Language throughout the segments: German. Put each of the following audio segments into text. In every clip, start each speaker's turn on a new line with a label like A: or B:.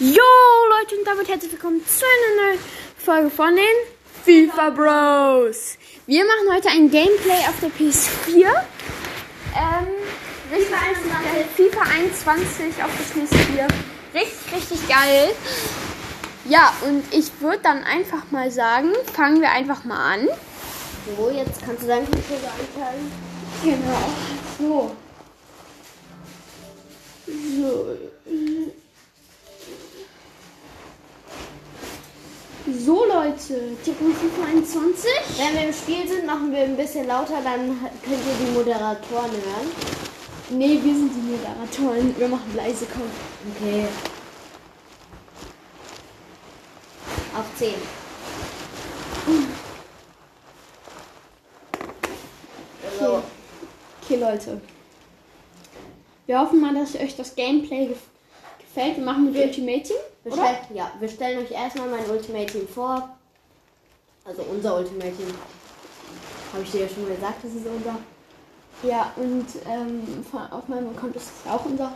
A: Jo Leute und damit herzlich willkommen zu einer neuen Folge von den FIFA Bros. Wir machen heute ein Gameplay auf der PS4. Ähm, FIFA, 21. FIFA 21 auf der PS4. Richtig, richtig geil. Ja, und ich würde dann einfach mal sagen, fangen wir einfach mal an.
B: So, jetzt kannst du deinen Computer anteilen.
A: Genau. So. So. So Leute, tippen 521.
B: Wenn wir im Spiel sind, machen wir ein bisschen lauter, dann könnt ihr die Moderatoren hören.
A: Nee, wir sind die Moderatoren. Wir machen leise komm.
B: Okay. Auf 10. So.
A: Okay, Leute. Wir hoffen mal, dass euch das Gameplay gef gefällt. Wir machen mit Ultimate Team.
B: Wir,
A: Oder?
B: stell, ja, wir stellen euch erstmal mein Ultimate Team vor. Also unser Ultimate Team. Habe ich dir ja schon gesagt, das ist unser.
A: Ja, und ähm, von- auf meinem Account ist es auch unser.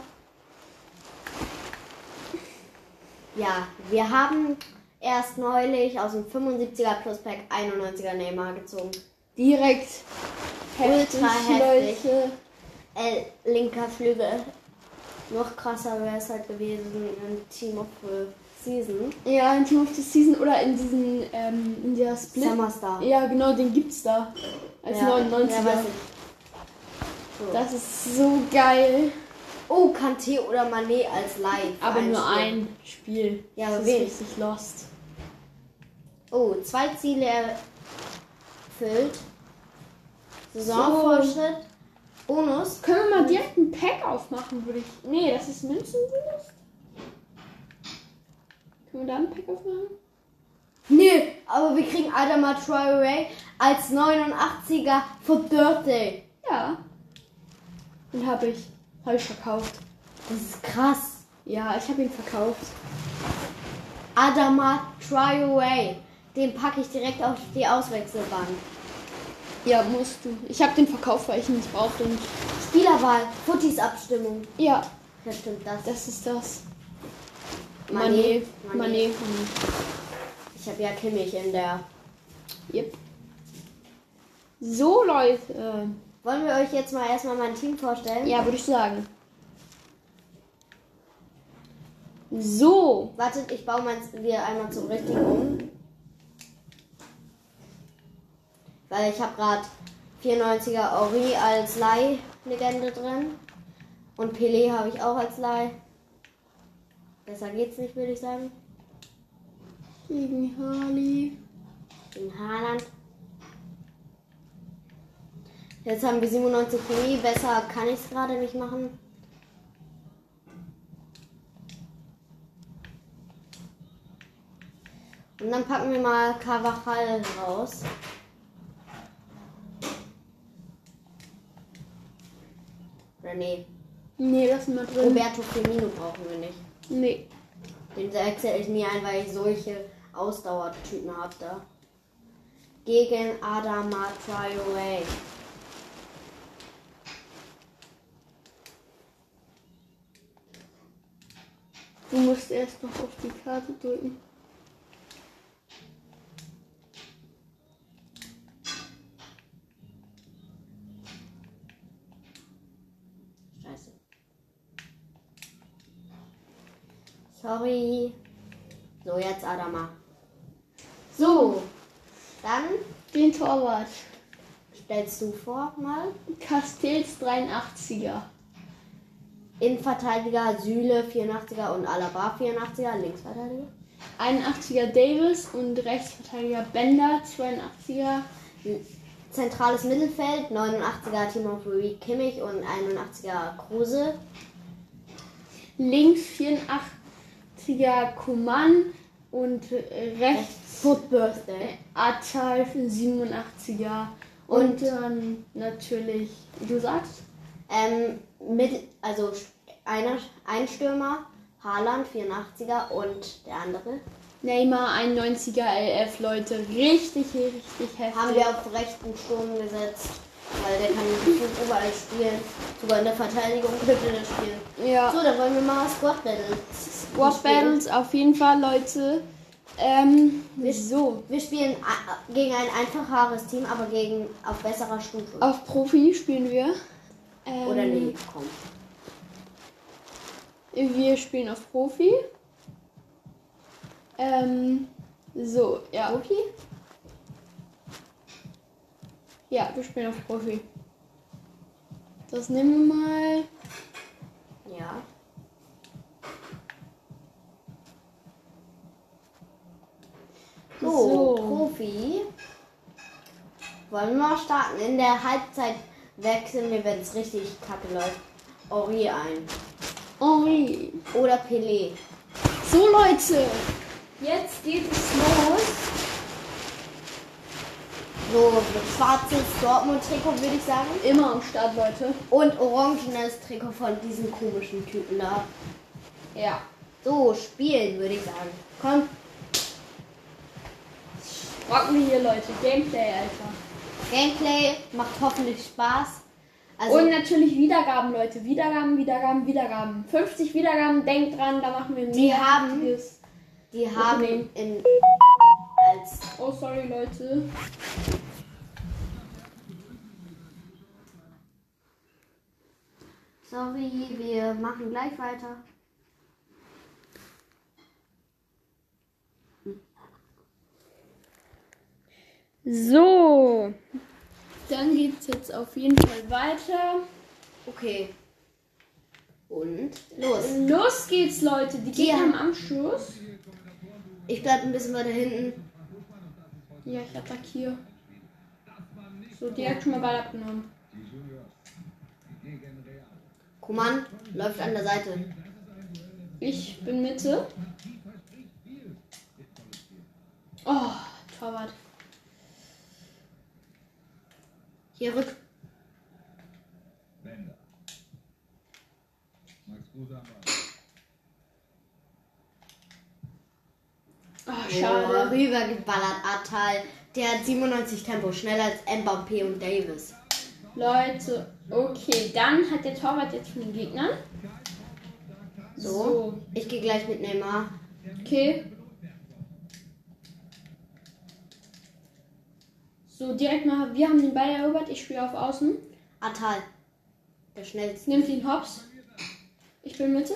B: Ja, wir haben erst neulich aus dem 75er Plus Pack 91er Neymar gezogen.
A: Direkt heftig,
B: Ultra heftig.
A: Leute.
B: Äh, linker Flügel. Noch krasser wäre es halt gewesen in Team of the Season.
A: Ja, in Team of the Season oder in diesen, ähm, in der Split.
B: Summerstar.
A: Ja, genau, den gibt's da. Als 99er.
B: Ja, weiß ich. So.
A: das ist so geil.
B: oh, Kanté oder Mané als Live.
A: Aber nur ein Spiel.
B: Ja,
A: das ist
B: aber wen?
A: richtig lost.
B: Oh, zwei Ziele erfüllt. Saisonfortschritt. Bonus.
A: Können wir mal direkt ein Pack aufmachen, würde ich. Nee, das ist Münzenwurst. Können wir da ein Pack aufmachen?
B: Nee, aber wir kriegen Adama Traoré als 89er für Dirty.
A: Ja. Den habe ich. Habe ich verkauft.
B: Das ist krass.
A: Ja, ich habe ihn verkauft.
B: Adama Traoré. Den packe ich direkt auf die Auswechselbank.
A: Ja, musst du. Ich habe den verkauft, weil ich ihn nicht brauchte. Und
B: Spielerwahl, Futtis Abstimmung.
A: ja,
B: Ja, stimmt das.
A: das ist das.
B: Mané.
A: Mané. Mané.
B: Ich habe ja Kimmich in der.
A: Yep. So, Leute.
B: Wollen wir euch jetzt mal erstmal mein Team vorstellen?
A: Ja, würde ich sagen. So.
B: Wartet, ich baue mein wir einmal zum richtigen um. Weil ich habe gerade 94er Ori als Leih-Legende drin. Und Pelé habe ich auch als Leih. Besser geht's nicht, würde ich sagen.
A: Gegen Harley.
B: In Haaland. Jetzt haben wir 97 Chemie. Besser kann ich es gerade nicht machen. Und dann packen wir mal Carvajal raus. Oder nee,
A: Nee, lass mal drin.
B: Roberto Firmino brauchen wir nicht.
A: Nee.
B: Den wechsle ich nie ein, weil ich solche Ausdauertypen habe da. Gegen Adama Traoré.
A: Du musst erst noch auf die Karte drücken.
B: Scheiße. Sorry. So, jetzt Adama. So, dann
A: Den Torwart.
B: stellst du vor mal.
A: Castells 83er.
B: Innenverteidiger Süle 84er und Alaba 84er. Linksverteidiger.
A: 81er Davis und Rechtsverteidiger Bender 82er.
B: Zentrales Mittelfeld, 89er Timo Rui Kimmich und 81er Kruse.
A: Links 84er Kuman und äh, rechts
B: Foot Birthday.
A: äh, Atal 87er. Und, dann natürlich, du sagst,
B: Ähm, mit, also einer, ein Stürmer, Haaland, 84er und der andere.
A: Neymar 91er LF, Leute. Richtig, richtig heftig.
B: Haben wir auf rechten Sturm gesetzt. Weil der kann gefühlt überall spielen. Sogar in der Verteidigung könnte der spielen.
A: Ja.
B: So, dann wollen wir mal Squad Battles.
A: Squad Battles auf jeden Fall, Leute. Ähm, so.
B: Wir spielen a- gegen ein einfacheres Team, aber gegen auf besserer Stufe.
A: Auf Profi spielen wir. Ähm,
B: Oder nee, komm.
A: Wir spielen auf Profi. Ähm, so, ja. Profi? Ja, wir spielen auf Profi. Das nehmen wir mal.
B: Ja. So,
A: So.
B: Profi. Wollen wir mal starten? In der Halbzeit wechseln wir, wenn es richtig kacke läuft, Ori ein.
A: Henri.
B: Oder Pelé.
A: Oh So, Leute. Jetzt geht es los.
B: So, mit schwarzes Dortmund-Trikot würde ich sagen.
A: Immer am Start, Leute.
B: Und orangenes Trikot von diesem komischen Typen da.
A: Ja.
B: So, spielen würde ich sagen. Komm,
A: Rocken wir hier, Leute. Gameplay, Alter.
B: Gameplay macht hoffentlich Spaß. Also,
A: Und natürlich Wiedergaben, Leute. Wiedergaben, Wiedergaben, Wiedergaben. 50 Wiedergaben, denkt dran, da machen wir ein
B: Die
A: mega
B: haben-
A: heftiges-
B: die haben
A: nehmen.
B: in, als
A: Oh, sorry, Leute.
B: Sorry, wir machen gleich weiter.
A: So. Dann geht's jetzt auf jeden Fall weiter.
B: Okay. Und los.
A: Los geht's, Leute. Die
B: Die
A: Gegner
B: haben-
A: haben am Schuss.
B: Ich bleib ein bisschen weiter hinten.
A: Ja, ich attackiere. So, direkt schon mal Ball abgenommen.
B: Kuman läuft an der Seite.
A: Ich bin Mitte. Oh, Torwart.
B: Hier rück.
C: Bender. Max Kruse am Ball.
A: Oh,
B: Oh,
A: schade.
B: rübergeballert, Atal. Der hat 97 Tempo, schneller als Mbappé und Davis.
A: Leute, okay, dann hat der Torwart jetzt von den Gegnern.
B: So. Ich gehe gleich mit Neymar.
A: Okay. So, direkt mal, wir haben den Ball erobert, ich spiele auf Außen.
B: Atal. Der schnellste.
A: Nimmt ihn hops. Ich bin Mitte.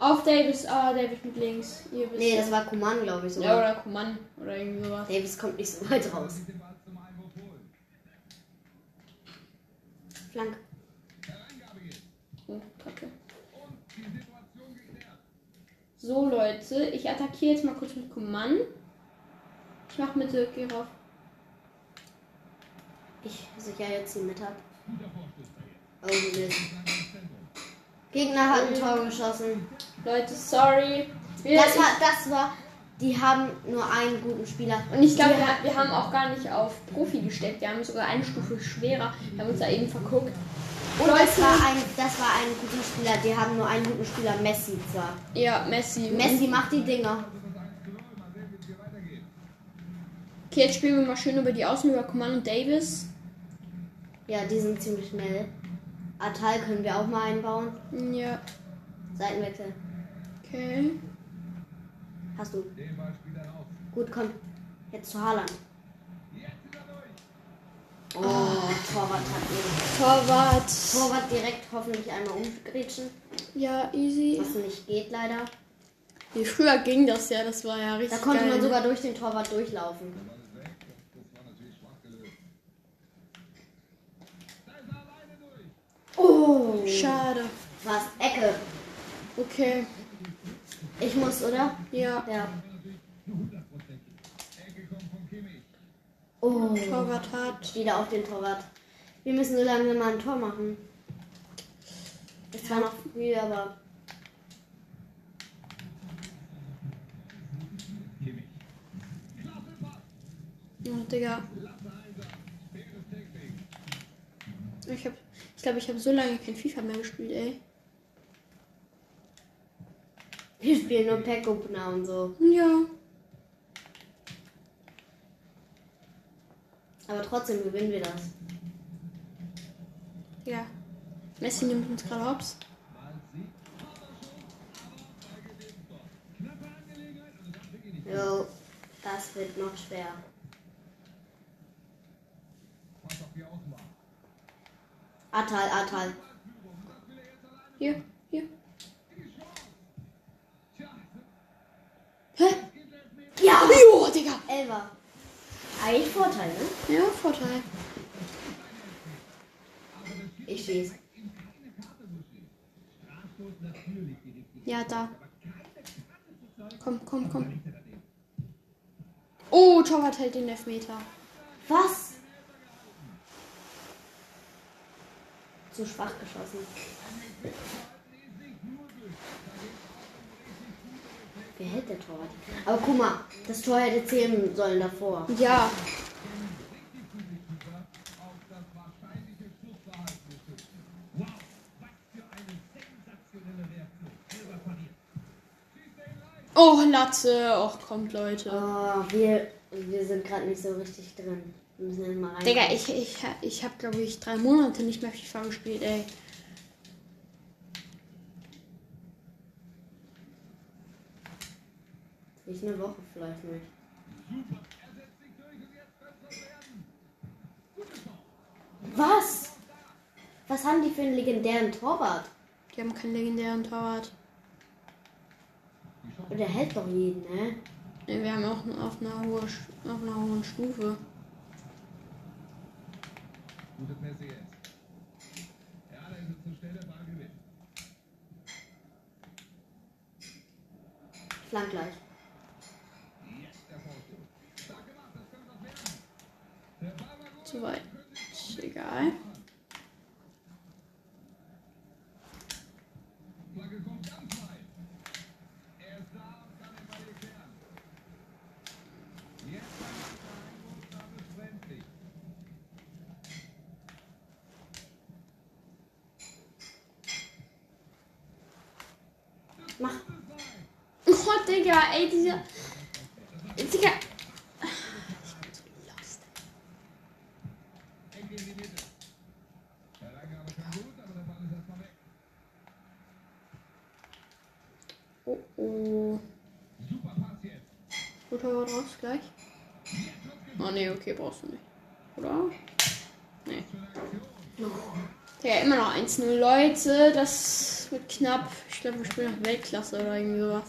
A: Auf Davis, ah, Davis mit links. Ihr wisst
B: Nee, das war Kuman, glaube ich
A: ja,
B: sogar.
A: oder Kuman oder irgendwie sowas.
B: Davis kommt nicht so weit raus.
C: Den Ball zum Einwurf holen.
B: Flank.
A: Oh, Kacke.
C: Und die Situation geklärt.
A: So, Leute, ich attackiere jetzt mal kurz mit Kuman. Ich mach Mitte, geh rauf.
B: Ich sicher jetzt die Mitte ab.
C: Guter Vorstoß da jetzt.
B: Oh, Mist.
C: Dann ins Zentrum.
B: Gegner hat ein Tor geschossen.
A: Leute, sorry. Wir-
B: Das war, das war, die haben nur einen guten Spieler.
A: Und ich glaube, wir, wir haben auch gar nicht auf Profi gesteckt. Wir haben sogar eine Stufe schwerer. Wir haben uns da eben verguckt.
B: Und das war ein, das war ein guter Spieler. Die haben nur einen guten Spieler, Messi zwar.
A: Ja, Messi.
B: Messi macht die Dinger.
C: Das ist 1 zu 0. Mal sehen, wie es hier weitergeht.
A: Okay, jetzt spielen wir mal schön über die Außen, über Command und Davis.
B: Ja, die sind ziemlich schnell. Atal können wir auch mal einbauen.
A: Ja,
B: Seitenwechsel.
A: okay.
B: Hast du.
C: Den Ball spielt er raus.
B: Gut, komm. Jetzt zu Haaland.
C: Jetzt ist er durch.
B: Oh, Torwart hat ihn.
A: Torwart.
B: Torwart direkt hoffentlich einmal umgrätschen.
A: Ja, easy.
B: Was nicht geht leider.
A: Wie früher ging das ja, das war ja
B: Da
A: richtig.
B: konnte
A: geil,
B: man
A: ne?
B: sogar durch den Torwart durchlaufen.
C: Der Ball ist weg. Das, das war natürlich schwach gelöst. Da ist er alleine durch.
B: Oh.
A: Schade.
B: Fast Ecke.
A: Okay.
B: Ich muss, oder?
A: Ja.
B: Ja.
C: Nur 100 Prozent. Ecke kommt von Kimmich.
B: Oh.
A: Torwart hat.
B: Wieder auf den Torwart. Wir müssen so lange mal ein Tor machen. Es war noch früh, aber
C: Kimmich. Klasse Pass.
A: Oh, Digga.
C: Klasse Einsatz. Faires Technik.
A: Ich hab. Ich glaube, ich habe so lange kein FIFA mehr gespielt, ey.
B: wir spielen nur Pack-Opener und so.
A: Ja.
B: Aber trotzdem gewinnen wir das.
A: Ja. Messi nimmt uns gerade hops.
B: Jo, das wird noch schwer.
C: Was auch hier auch war.
B: Atal, Atal.
A: Hier, hier.
B: Ja!
A: Jo, Digga.
B: Elva. Eigentlich Vorteil, ne?
A: Ja, Vorteil.
B: Ich schieß.
A: Ja, da. Komm, komm, komm. Oh, Torwart hält den Elfmeter.
B: Was? Zu schwach geschossen. Wer hält der Torwart? Aber guck mal, das Tor hätte zählen sollen davor.
A: Ja. Oh, Latte. Och, kommt, Leute.
B: Oh, wir, wir sind gerade nicht so richtig drin. Wir müssen jetzt mal rein.
A: Digga, ich, ich, ich habe, glaube ich, drei Monate nicht mehr FIFA gespielt, ey.
B: Nicht eine Woche vielleicht nicht. Was? Was haben die für einen legendären Torwart?
A: Die haben keinen legendären Torwart.
B: Und der hält doch jeden, ne?
A: Nee, wir haben auch einen auf einer, hohe, Sch- auf einer hohen Stufe.
C: Gutes Messi jetzt. Ja, da ist es zur Stelle, Ball gewinnt.
B: Flank gleich.
C: Jetzt der Vorschuss. Stark gemacht, das könnte was werden.
A: Zu weit. Ist egal.
C: Flagge kommt ganz weit. Er ist da und kann den Ball erklären. Jetzt ein guter Einwurf, damit brennt sich.
B: Mach.
A: Oh, Digga, ey, dieser. Digga. Ich bin so lost.
C: Ecke in die Mitte. Der Langabe kann gut, aber der Ball ist erstmal weg.
A: Oh, oh.
C: Super Pass jetzt.
A: Guter war raus gleich. Oh, nee, okay, brauchst du nicht. Oder? Nee. Digga, immer noch 1-0. Leute, das wird knapp. Ich glaube, wir spielen noch Weltklasse oder irgendwie sowas.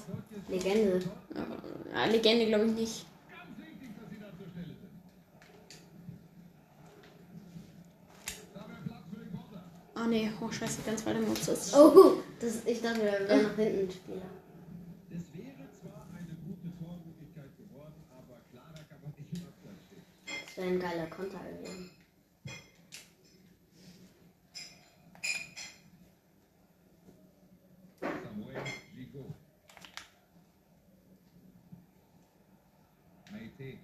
B: Legende.
A: Ja, Äh, Legende glaube ich nicht.
C: Ganz wichtig, dass sie da zur Stelle sind. Da wäre Platz für den Konter.
A: Ah nee, oh scheiße, ganz weit im Obsitz.
B: Oh, das, ich dachte, wir wären nach hinten ein Spieler.
C: Es wäre zwar eine gute Tormöglichkeit geworden, aber klarer kann man nicht im Abseits stehen.
B: Das wäre ein geiler Konter gewesen.
C: Samuel Gigot. Maite.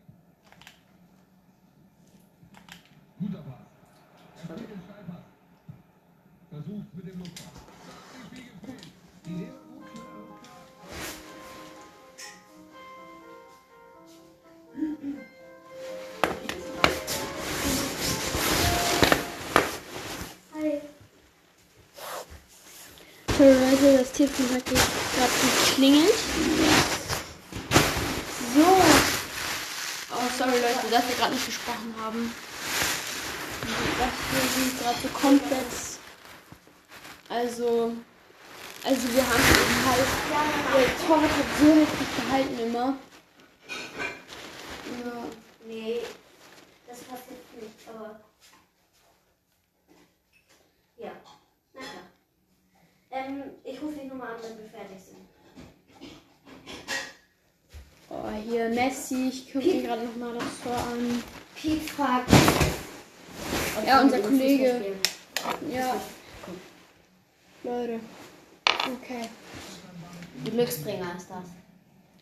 C: Guter Pass. Er spielt den Steilpass. Versucht mit dem Luftpass. Das Spiel gefällt. Die Lehre gut für den Luftpass.
B: Hi.
A: Sorry Leute, das Telefon hat gerade geklingelt. So. Oh, sorry Leute, dass wir gerade nicht gesprochen haben. Das wir sind gerade so komplett. Also. Also wir haben eben halt. Der Torwart hat so heftig gehalten immer. Ja.
B: Nee, das passiert nicht, aber. Ja, na klar. Ähm, ich rufe dich nochmal an, wenn wir fertig sind.
A: Oh, hier Messi, ich gucke mir gerade nochmal das Tor an.
B: Piet fragt. ob
A: Ja,
B: wir
A: unser
B: mit dem
A: Kollege.
B: Fußball spielen.
A: Ja. Leute. Okay.
B: Ein Glücksbringer ist das.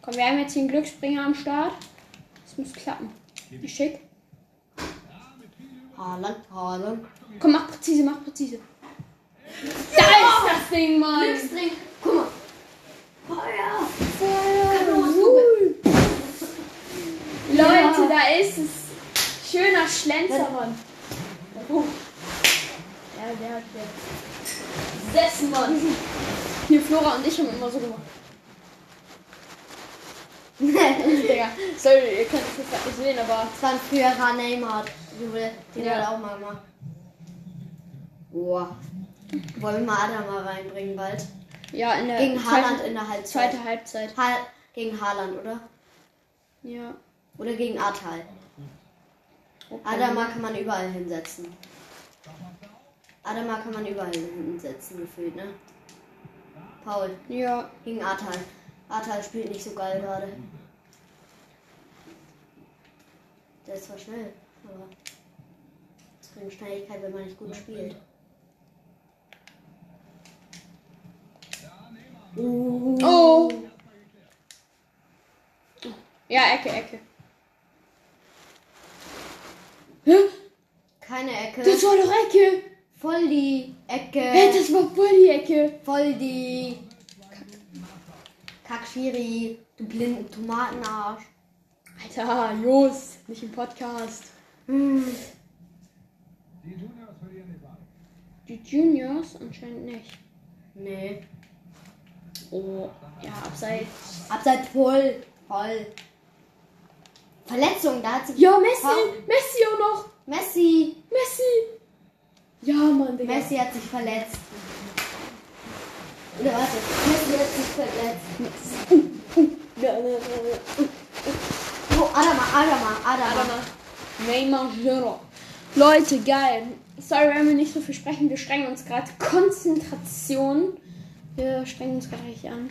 A: Komm, wir haben jetzt hier einen Glücksbringer am Start. Das muss klappen. Ich schick.
B: Haaland, Haaland.
A: Komm, mach präzise, mach präzise. Da ist das Ding, Mann.
B: Glücksbringer, guck mal. Feuer!
A: Cool. Leute, da ist es. Schöner Schlenzermann. Oh. Ja, der hat der. Sessenmann. Hier, Flora und ich haben immer so gemacht.
B: das
A: Digga. Sorry, ihr könnt es jetzt grad nicht sehen, aber.
B: waren früher Neymar. Jule, den
A: Ja.
B: hat auch mal gemacht. Boah. Wollen wir mal Adam mal reinbringen bald?
A: Ja, in der
B: Gegen
A: zweiten-
B: Haaland in der Halbzeit.
A: zweite Halbzeit.
B: Ha gegen Haaland, oder?
A: Ja.
B: Oder gegen Atal. Adama kann man überall hinsetzen. Adama kann man überall hinsetzen, gefühlt, ne? Paul,
A: Ja.
B: gegen Atal. Atal spielt nicht so geil gerade. Der ist zwar schnell, aber das bringt Schnelligkeit, wenn man nicht gut spielt. Uh,
A: Oh. Ja, Ecke, Ecke. Hä?
B: keine Ecke.
A: Das war doch Ecke.
B: Voll die
A: Hä,
B: Ecke.
A: das war voll die Ecke.
B: Voll die Kakshiri, du blinden Tomatenarsch.
A: Alter, Jos, nicht im Podcast.
B: Hm.
C: Die Juniors verlieren den Ball.
A: Die Juniors anscheinend nicht.
B: Nee.
A: Oh, ja, abseits.
B: Abseits voll. Voll. Verletzung, da hat sich.
A: Ja, Messi,
B: Hau-
A: Messi auch noch.
B: Messi.
A: Messi. Ja, Mann, Digga.
B: Messi hat sich verletzt. Oder warte, Messi hat sich verletzt.
A: Ja, ne, ne, ne.
B: Oh, Adama, Adama, Adama.
A: Adama. Neymar Jr. Leute, geil. Sorry, wenn wir nicht so viel sprechen. Wir strengen uns gerade Konzentration. Wir strengen uns gerade richtig an.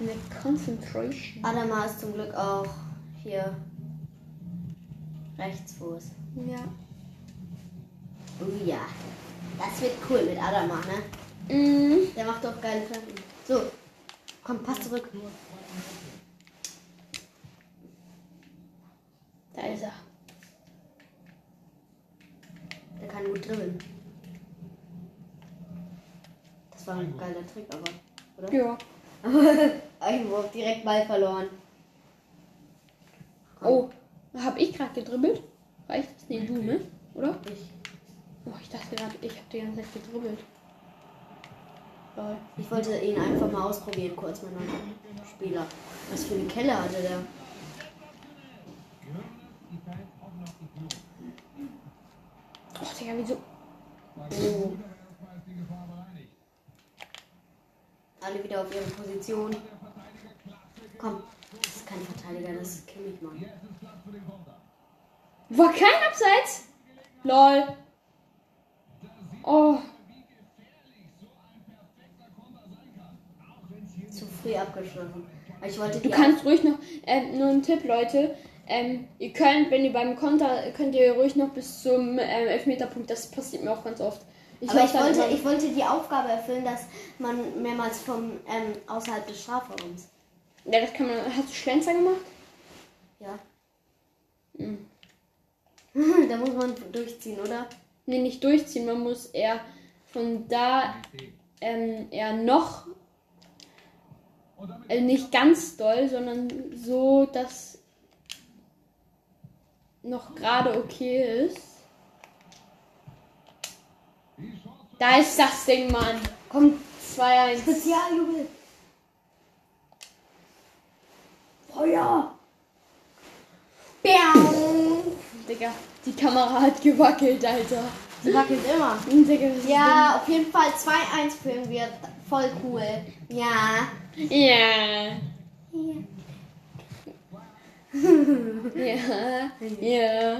A: Eine Concentration.
B: Adama ist zum Glück auch hier. Rechtsfuß.
A: Ja.
B: Oh ja. Das wird cool mit Adama, ne?
A: Mm,
B: Der macht doch geile Flanken. So, komm, pass zurück.
A: da ist er.
B: Der kann gut dribbeln. Das war ein geiler Trick, aber. Oder?
A: Ja.
B: Einwurf, direkt Ball verloren.
A: Oh, hab ich gerade gedribbelt? War ich das? Nee, du, ne? Oder?
B: Ich,
A: Oh, ich dachte gerade, ich hab die ganze Zeit gedribbelt. Lol.
B: ich wollte ihn einfach mal ausprobieren, kurz, mein neuer Spieler. Was für eine Kelle hatte der?
C: Gehören das die Fans auch noch die Führung?
A: Oh, Digga, wieso?
C: Bei
B: Oh,
C: Dortmund aber erstmal ist die Gefahr bereinigt.
B: Alle wieder auf ihre Position.
C: Der Verteidiger klatscht
B: Komm, das ist kein Verteidiger, das ist Kimmich, Mann.
C: Jetzt ist Platz für den Konter.
A: War kein Abseits? Lol. Oh,
C: Wie gefährlich so ein perfekter Konter sein kann. Auch wenn es hier
B: Zu früh abgeschlossen. Aber ich wollte
A: Du
B: die
A: kannst ruhig noch, ähm, nur ein Tipp, Leute. Ähm, ihr könnt, wenn ihr beim Konter, könnt ihr ruhig noch bis zum ähm, Elfmeterpunkt, das passiert mir auch ganz oft.
B: aber
A: lauf
B: ich
A: dann
B: wollte, halt
A: immer-
B: ich wollte die Aufgabe erfüllen, dass man mehrmals vom ähm, außerhalb des Strafraums.
A: Ja, das kann man. Hast du Schlenzer gemacht?
B: Ja. Hm.
A: Mhm.
B: da muss man durchziehen, oder?
A: Nee, nicht durchziehen, man muss eher von da
C: steht.
A: ähm, eher noch,
C: Und damit
A: äh, nicht ganz doll, sondern so, dass noch gerade okay ist.
C: die Chance
A: Da ist das Ding, Mann.
B: Komm,
A: 2-1.
B: Spezialjubel. Feuer. Bäm.
A: Digga, die Kamera hat gewackelt, Alter. Hm,
B: Sie wackelt immer.
A: Digga, das ist
B: Ja, auf jeden Fall 2-1 führen wir. Voll cool. Ja.
A: Ja. Ja. Ja.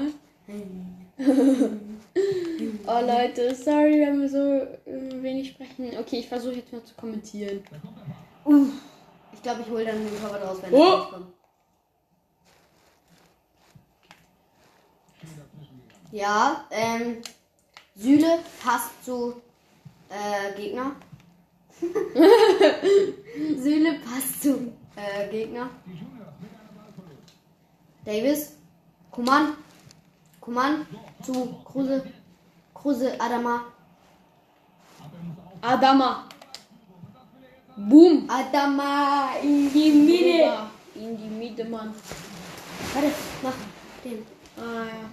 A: Oh Leute, sorry, wenn wir so äh, wenig sprechen. Okay, ich versuche jetzt mal zu kommentieren.
B: Ich glaube, ich hole dann den Torwart raus, wenn
A: Oh.
B: ich komme.
C: schön dazwischen gegangen.
B: Ja, ähm, Süle passt zu äh, Gegner. Süle passt zu äh, Gegner.
C: Die Juniors mit einem Ballverlust.
B: Davis, Kuman, Kuman zu Kruse, Kruse, Adama,
C: Aber er muss auch
A: Adama. Boom.
B: Adama in die Mitte.
A: In die Mitte, Mann.
B: Warte, mach den.
A: Ah ja.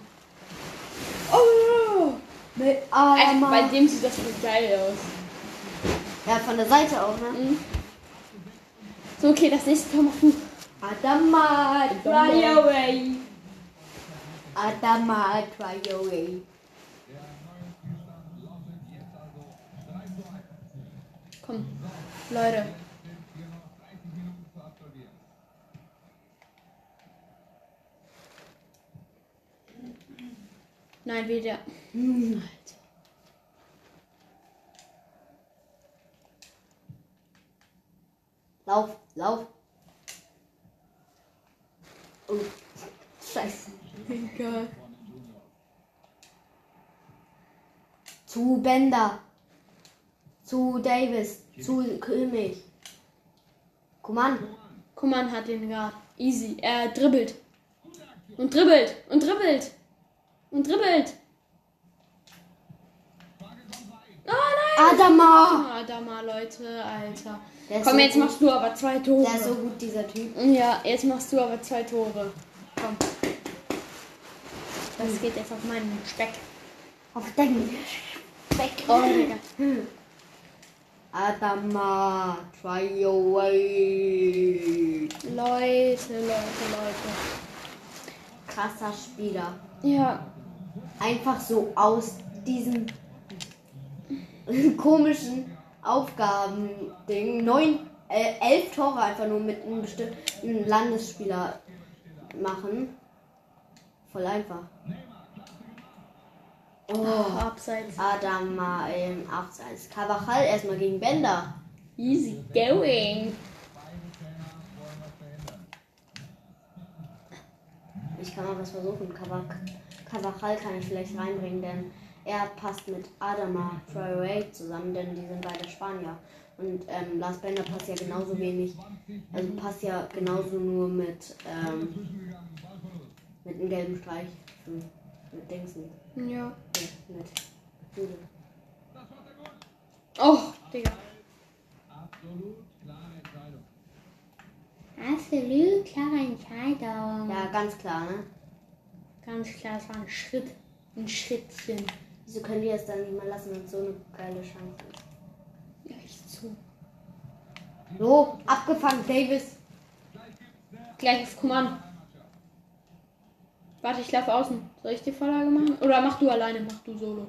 B: Oh! Mit
A: Also, bei
B: Arma.
A: dem sieht das voll geil aus.
B: Ja, von der Seite auch, ne?
A: Mhm. So, okay, das nächste kann machen.
B: Adama,
A: Fly
B: try away.
A: away.
B: Adama, try away.
C: Der neue Spielstand lautet jetzt also 3 zu 1.
A: Komm, Leute.
C: Jetzt sind hier noch 30 Minuten zu absolvieren.
A: Nein, wieder.
B: Hm. Lauf, lauf. Oh, scheiße.
A: Egal.
B: Zu Bender. Zu Davis. Zu König. Guck mal an.
A: Kuman hat den Guard. Easy. Er dribbelt. Und dribbelt. Und dribbelt. Und dribbelt. Oh nein.
B: Adama!
A: Ah, da mal, Leute, Alter.
B: Der ist
A: Komm,
B: so
A: jetzt
B: gut.
A: machst du aber zwei Tore.
B: Der ist so gut, dieser Typ.
A: Ja, jetzt machst du aber zwei Tore. Komm. Das geht jetzt auf meinen Speck.
B: Auf den Weg.
A: Oh, Digga.
B: Adama, try away.
A: Leute, Leute, Leute.
B: Krasser Spieler.
A: Ja,
B: Einfach so aus diesen komischen Aufgaben-Ding. Neun, äh, elf Tore einfach nur mit einem bestimmten Landesspieler machen. Voll einfach. Oh,
A: Ah, abseits.
B: Adama im Abseits. Cavachal erstmal gegen Bender.
A: Easy going.
B: Ich kann mal was versuchen. Kavak- Kavachal kann ich vielleicht reinbringen, denn er passt mit Adama Traoré zusammen, denn die sind beide Spanier. Und ähm, Lars Bender passt ja genauso wenig, also passt ja genauso nur mit, ähm,
C: Zwischengegangen, Ballverlust.
B: mit einem gelben Streich. Hm, Mit Dingsen.
A: Ja.
B: Ja, mit. Jule.
C: Das war sehr gut.
A: Oh, Digga.
C: Absolut klare Entscheidung.
A: Absolut klare Entscheidung.
B: Ja, ganz klar, ne?
A: Ganz klar, es war ein Schritt. Ein Schrittchen.
B: Wieso können die es dann nicht mal lassen, wenn es so eine geile Chance ist?
A: Ja, ich zu.
B: So, abgefangen, Davis.
A: Gleich auf Kommando. Warte, ich laufe außen. Soll ich die Vorlage machen? Oder mach du alleine, mach du solo.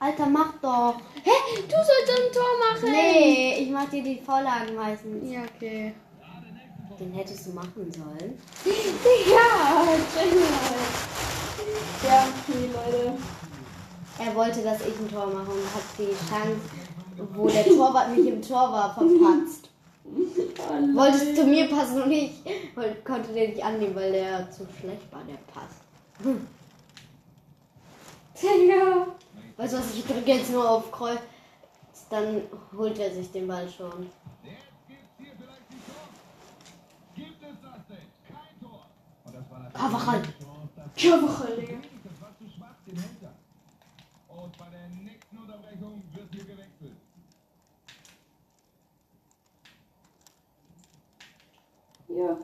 B: Alter, mach doch.
A: Hä? Du sollst ein Tor machen!
B: Nee, ich mach dir die Vorlagen meistens.
A: Ja, okay.
B: Den hättest du machen sollen.
A: Ja, genial. Ja, okay, Leute.
B: Er wollte, dass ich ein Tor mache und hat die Chance, wo der Torwart mich im Tor war, verpatzt.
A: Oh,
B: Wollte es zu mir passen und ich wollte- konnte den nicht annehmen, weil der zu schlecht war, der Pass.
A: Digga.
B: Weißt du was, ich drücke jetzt nur auf Kreuz, dann holt er sich den Ball schon.
C: Jetzt gibt's hier vielleicht die Chance. Gibt es das denn? Kein Tor. Und das war natürlich
B: Kavachal.
C: die Chance, dass
A: Kavachal, Digga.
C: Das war zu schwach, den Hälter. Und bei der nächsten Unterbrechung wird hier gewechselt.
A: Ja.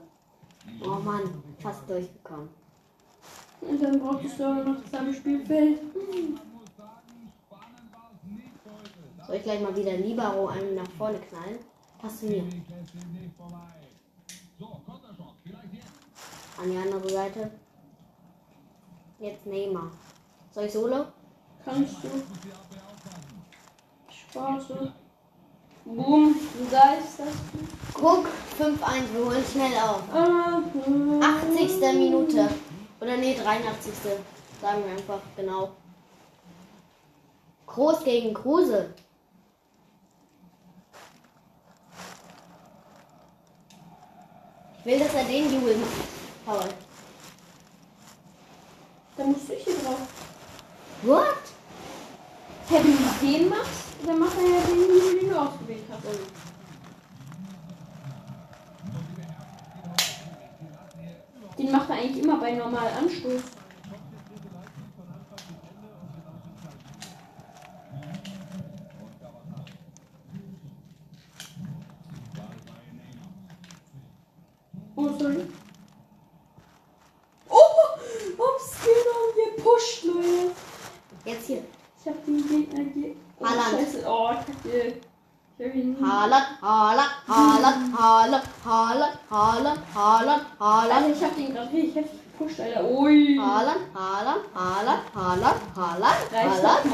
B: Oh Mann, fast durchgekommen.
A: Und dann brauchst du aber noch das halbe Spielfeld.
C: Man muss sagen, spannend war es nicht heute. Das
B: Soll ich gleich mal wieder Libero einen nach vorne knallen? Passt zu mir.
C: Weg lässt ihn nicht vorbei. So, Konterchance, vielleicht jetzt.
B: An die andere Seite. Jetzt Neymar. Soll ich solo?
A: Kannst du
C: Muss die Abwehr aufpassen.
A: Spaß Boom, da ist das.
B: Guck, 5-1, wir holen schnell auf.
A: Ah, hm.
B: 80. Minute. Oder nee, 83. Sagen wir einfach genau. Groß gegen Kruse. Ich will, dass er den Jubel macht. Paul.
A: Dann musst du hier drauf.
B: What?
A: Hey, wenn du den machst, dann macht er ja den, den, den du ausgewählt hast. Den macht er eigentlich immer bei normal Anstoß. Oh, sorry. Oh!
D: Oh,
B: Haaland, Haaland, Haaland, Haaland, Haaland, Haaland, Haaland,
D: Alter,
B: Haaland,
D: ich hab den gerade richtig heftig gepusht, Alter. Ui.
B: Haaland, Haaland, Haaland, Haaland, Haaland,
D: Reicht doch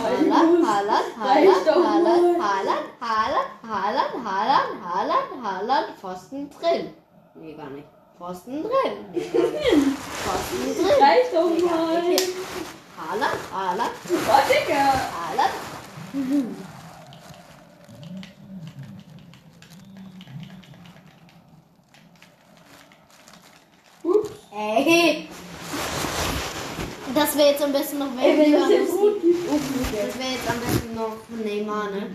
B: Haaland,
D: mal,
B: Haaland,
D: Jungs.
B: Haaland,
D: Reicht doch
B: Haaland,
D: mal.
B: Haaland, Haaland, Haaland, Haaland, Haaland, Haaland, Pfosten drin. Nee, gar nicht. Pfosten drin. Nee, gar nicht. Pfosten drin.
D: Reicht doch
B: Nee, gar
D: mal.
B: nicht. Haaland, Haaland,
D: Boah, Digga.
B: Haaland. Mhm.
D: Ups.
B: Ey. Das wäre jetzt am besten noch
D: Ey, wenn Oh, das
B: Neymar.
D: jetzt rot gibt. Oh, gut,
B: Das wäre jetzt am besten noch von Neymar, ne?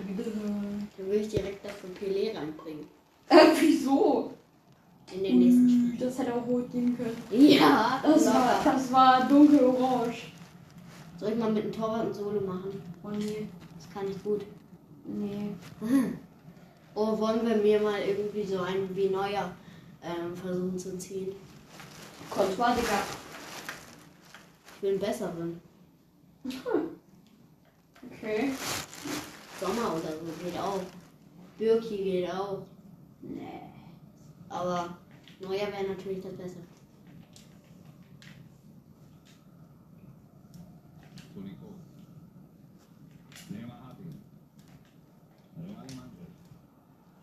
B: Dann würde ich direkt das von Pelé reinbringen.
D: Äh, wieso?
B: In den nächsten Spiel.
D: Das hätte auch rot geben können.
B: Ja,
D: Mhm. Das war,
B: locker.
D: das war dunkel-orange.
B: Soll ich mal mit dem Torwart ein Solo machen?
D: Oh nee.
B: Das kann ich gut.
D: Nee.
B: Oh, wollen wir mir mal irgendwie so einen wie Neuer ähm, versuchen zu ziehen?
D: Kontor, Digga.
B: Ich will einen besseren.
D: Okay.
B: Sommer oder so geht auch. Birki geht auch.
D: Nee.
B: Aber Neuer wäre natürlich das Bessere.
C: Toni Kroos. Neymar hat ihn. Real Madrid.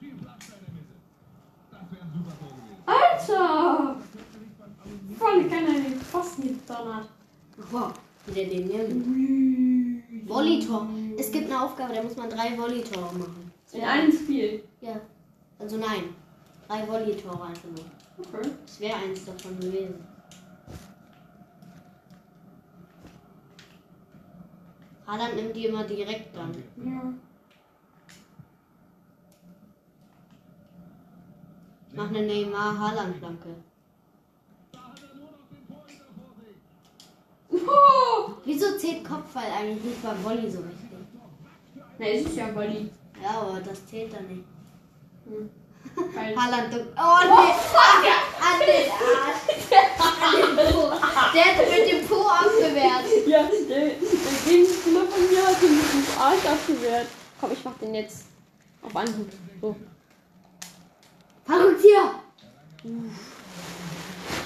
C: Viel Platz bei der Mitte. Das wäre ein super Tor gewesen.
D: Alter! Voll keiner den Pfosten gedonnert.
B: Boah, wie der den nimmt.
D: In
B: Volleytor. Es gibt eine Aufgabe, da muss man drei Volleytore machen.
D: einem Spiel.
B: Ja. Also nein. Drei Volleytore einfach nur.
D: Okay.
B: Es wäre eins davon gewesen. Haaland nimmt die immer direkt dann.
D: Ja.
B: Ich mache eine Neymar-Haaland-Flanke.
C: Da hat er nur noch den Torhüter vor sich.
D: Oh!
B: Wieso zählt Kopfball eigentlich nicht bei Volley so richtig?
D: Na, es ist ja Volley.
B: Ja, aber das zählt dann nicht.
D: Weil-
B: Haaland duckt. Oh nee! An den Arsch! An den Po. Der hat mit dem Po abgewehrt.
D: Ja, der, der Gegenspieler von mir hat ihn mit dem Arsch abgewehrt. Komm, ich mach den jetzt auf Anhieb. So.
B: Verrückt hier!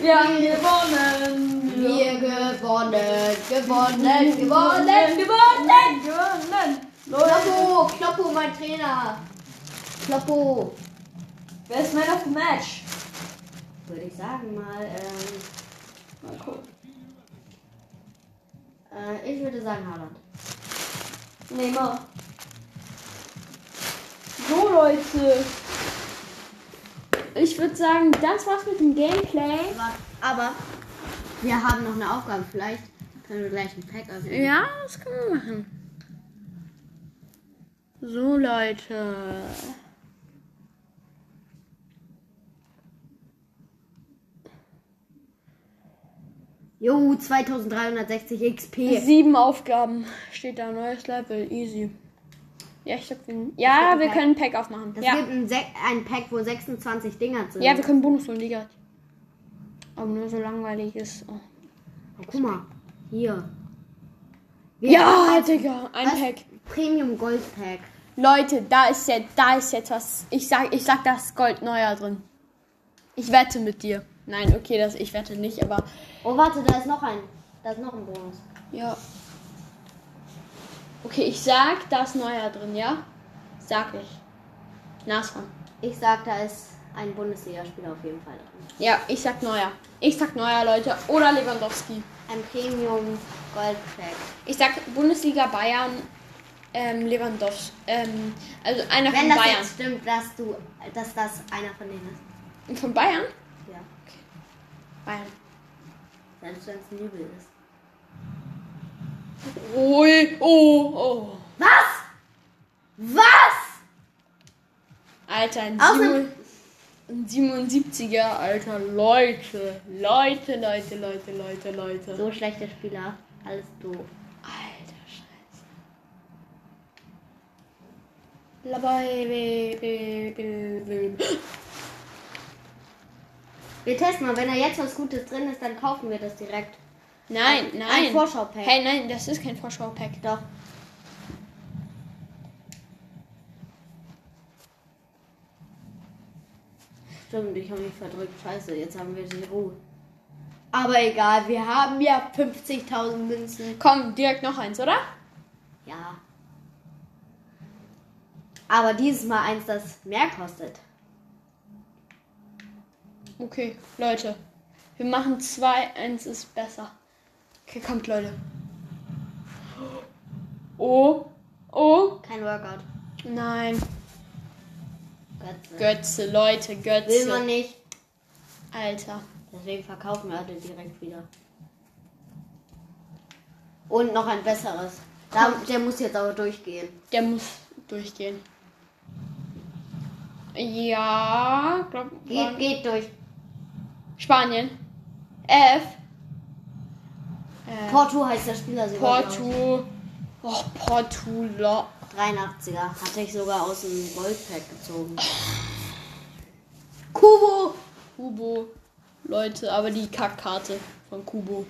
D: Wir haben gewonnen!
B: Wir gewonnen, gewonnen, gewonnen!
D: gewonnen! Gewonnen! Gewonnen! Leute,
B: Kloppo, Kloppo, mein Trainer! Kloppo!
D: wer ist Man of the Match?
B: Würde ich sagen mal, ähm,
D: Mal gucken.
B: äh, ich würde sagen Haaland.
D: Neymar. So, Leute.
A: Ich würde sagen, das war's mit dem Gameplay.
B: Aber, aber wir haben noch eine Aufgabe. Vielleicht können wir gleich ein Pack öffnen.
A: Ja, das können wir machen. So, Leute.
B: Jo, 2360 XP.
A: Sieben Aufgaben. Steht da neues Level. Easy. Ja, ich glaub, wir, ja,
B: gibt ein
A: wir
B: Pack.
A: können ein Pack aufmachen.
B: Das
A: Ja.
B: gibt ein, Sek- ein Pack, wo 26 Dinger sind.
A: ja, wir können Bonus holen, Digga. Aber nur so langweilig ist. Oh.
B: oh, guck mal. Hier. Wir-
A: Ja, Digga. Ein
B: das
A: Pack.
B: Premium Gold Pack.
A: Leute, da ist jetzt, da ist jetzt was. Ich sag, ich sag, da ist Gold neuer drin. Ich wette mit dir. Nein, okay, das, ich wette nicht, aber
B: Oh, warte, da ist noch ein. Da ist noch ein Bonus.
A: ja. Okay, ich sag, da ist neuer drin, ja? Sag ich. Nachfragen.
B: Ich sag, da ist ein Bundesligaspieler auf jeden Fall drin.
A: Ja, ich sag neuer. Ich sag neuer, Leute. Oder Lewandowski.
B: Ein Premium Gold Pack.
A: Ich sag Bundesliga Bayern, ähm, Lewandowski. Ähm, also einer
B: Wenn
A: von
B: das
A: Bayern.
B: jetzt stimmt, dass du, dass das einer von denen ist.
A: Von Bayern?
B: Ja.
A: Bayern.
B: Selbst wenn es ein Übel ist.
A: Ui, oh, oh.
B: Was? Was?
A: Alter, ein,
B: Aus
A: Sieben, ein 77er, Alter, Leute, Leute, Leute, Leute, Leute, Leute.
B: So schlechte Spieler. Alles doof.
A: Alter Scheiße. Labei, bi- bi- bi- bi-
B: Wir testen mal, wenn da jetzt was Gutes drin ist, dann kaufen wir das direkt.
A: Nein,
B: Ein-
A: nein.
B: Ein Vorschau-Pack.
A: Hey, nein, das ist kein Vorschau-Pack.
B: Doch. Stimmt, ich habe mich verdrückt. Scheiße, jetzt haben wir die Ruhe. Aber egal, wir haben ja 50.000 Münzen.
A: Komm, direkt noch eins, oder?
B: Ja. Aber dieses Mal eins, das mehr kostet.
A: Okay, Leute. Wir machen zwei, eins ist besser. Okay, kommt, Leute. Oh, oh,
B: Kein Workout.
A: nein.
B: Götze.
A: Götze, Leute,
B: Will man
A: Götze.
B: nicht.
A: Alter.
B: Deswegen verkaufen wir alle direkt wieder. Und noch ein besseres. Da, der muss jetzt aber durchgehen.
A: Der muss durchgehen. Ja, glaub,
B: Geht, geht durch.
A: Spanien. F. Äh,
B: Porto heißt der Spieler sogar. glaub
A: Porto. Oh, Porto. Lo-
B: ich. 83er. Hatte ich sogar aus dem Goldpack gezogen.
A: Kubo. Kubo. Leute, aber die Kackkarte von Kubo.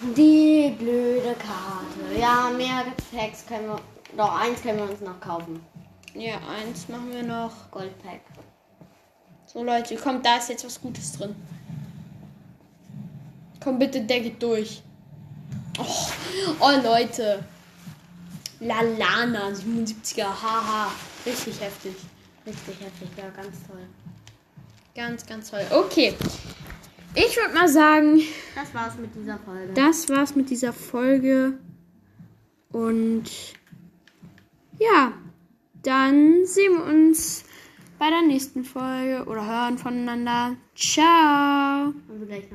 B: Die blöde Karte. Ja, mehr Packs können wir. Doch, eins können wir uns noch kaufen.
A: Ja, eins machen wir noch.
B: Goldpack.
A: So, Leute, kommt, da ist jetzt was Gutes drin. Komm, bitte decke durch. Oh, oh Leute. Lalana, 77er, haha. Richtig heftig.
B: Richtig heftig, ja, ganz toll.
A: Ganz, ganz toll. Okay. Ich würde mal sagen,
B: Das war's mit dieser Folge.
A: das war's mit dieser Folge. Und ja, dann sehen wir uns bei der nächsten Folge oder hören voneinander. Ciao.
B: Und wir gleich noch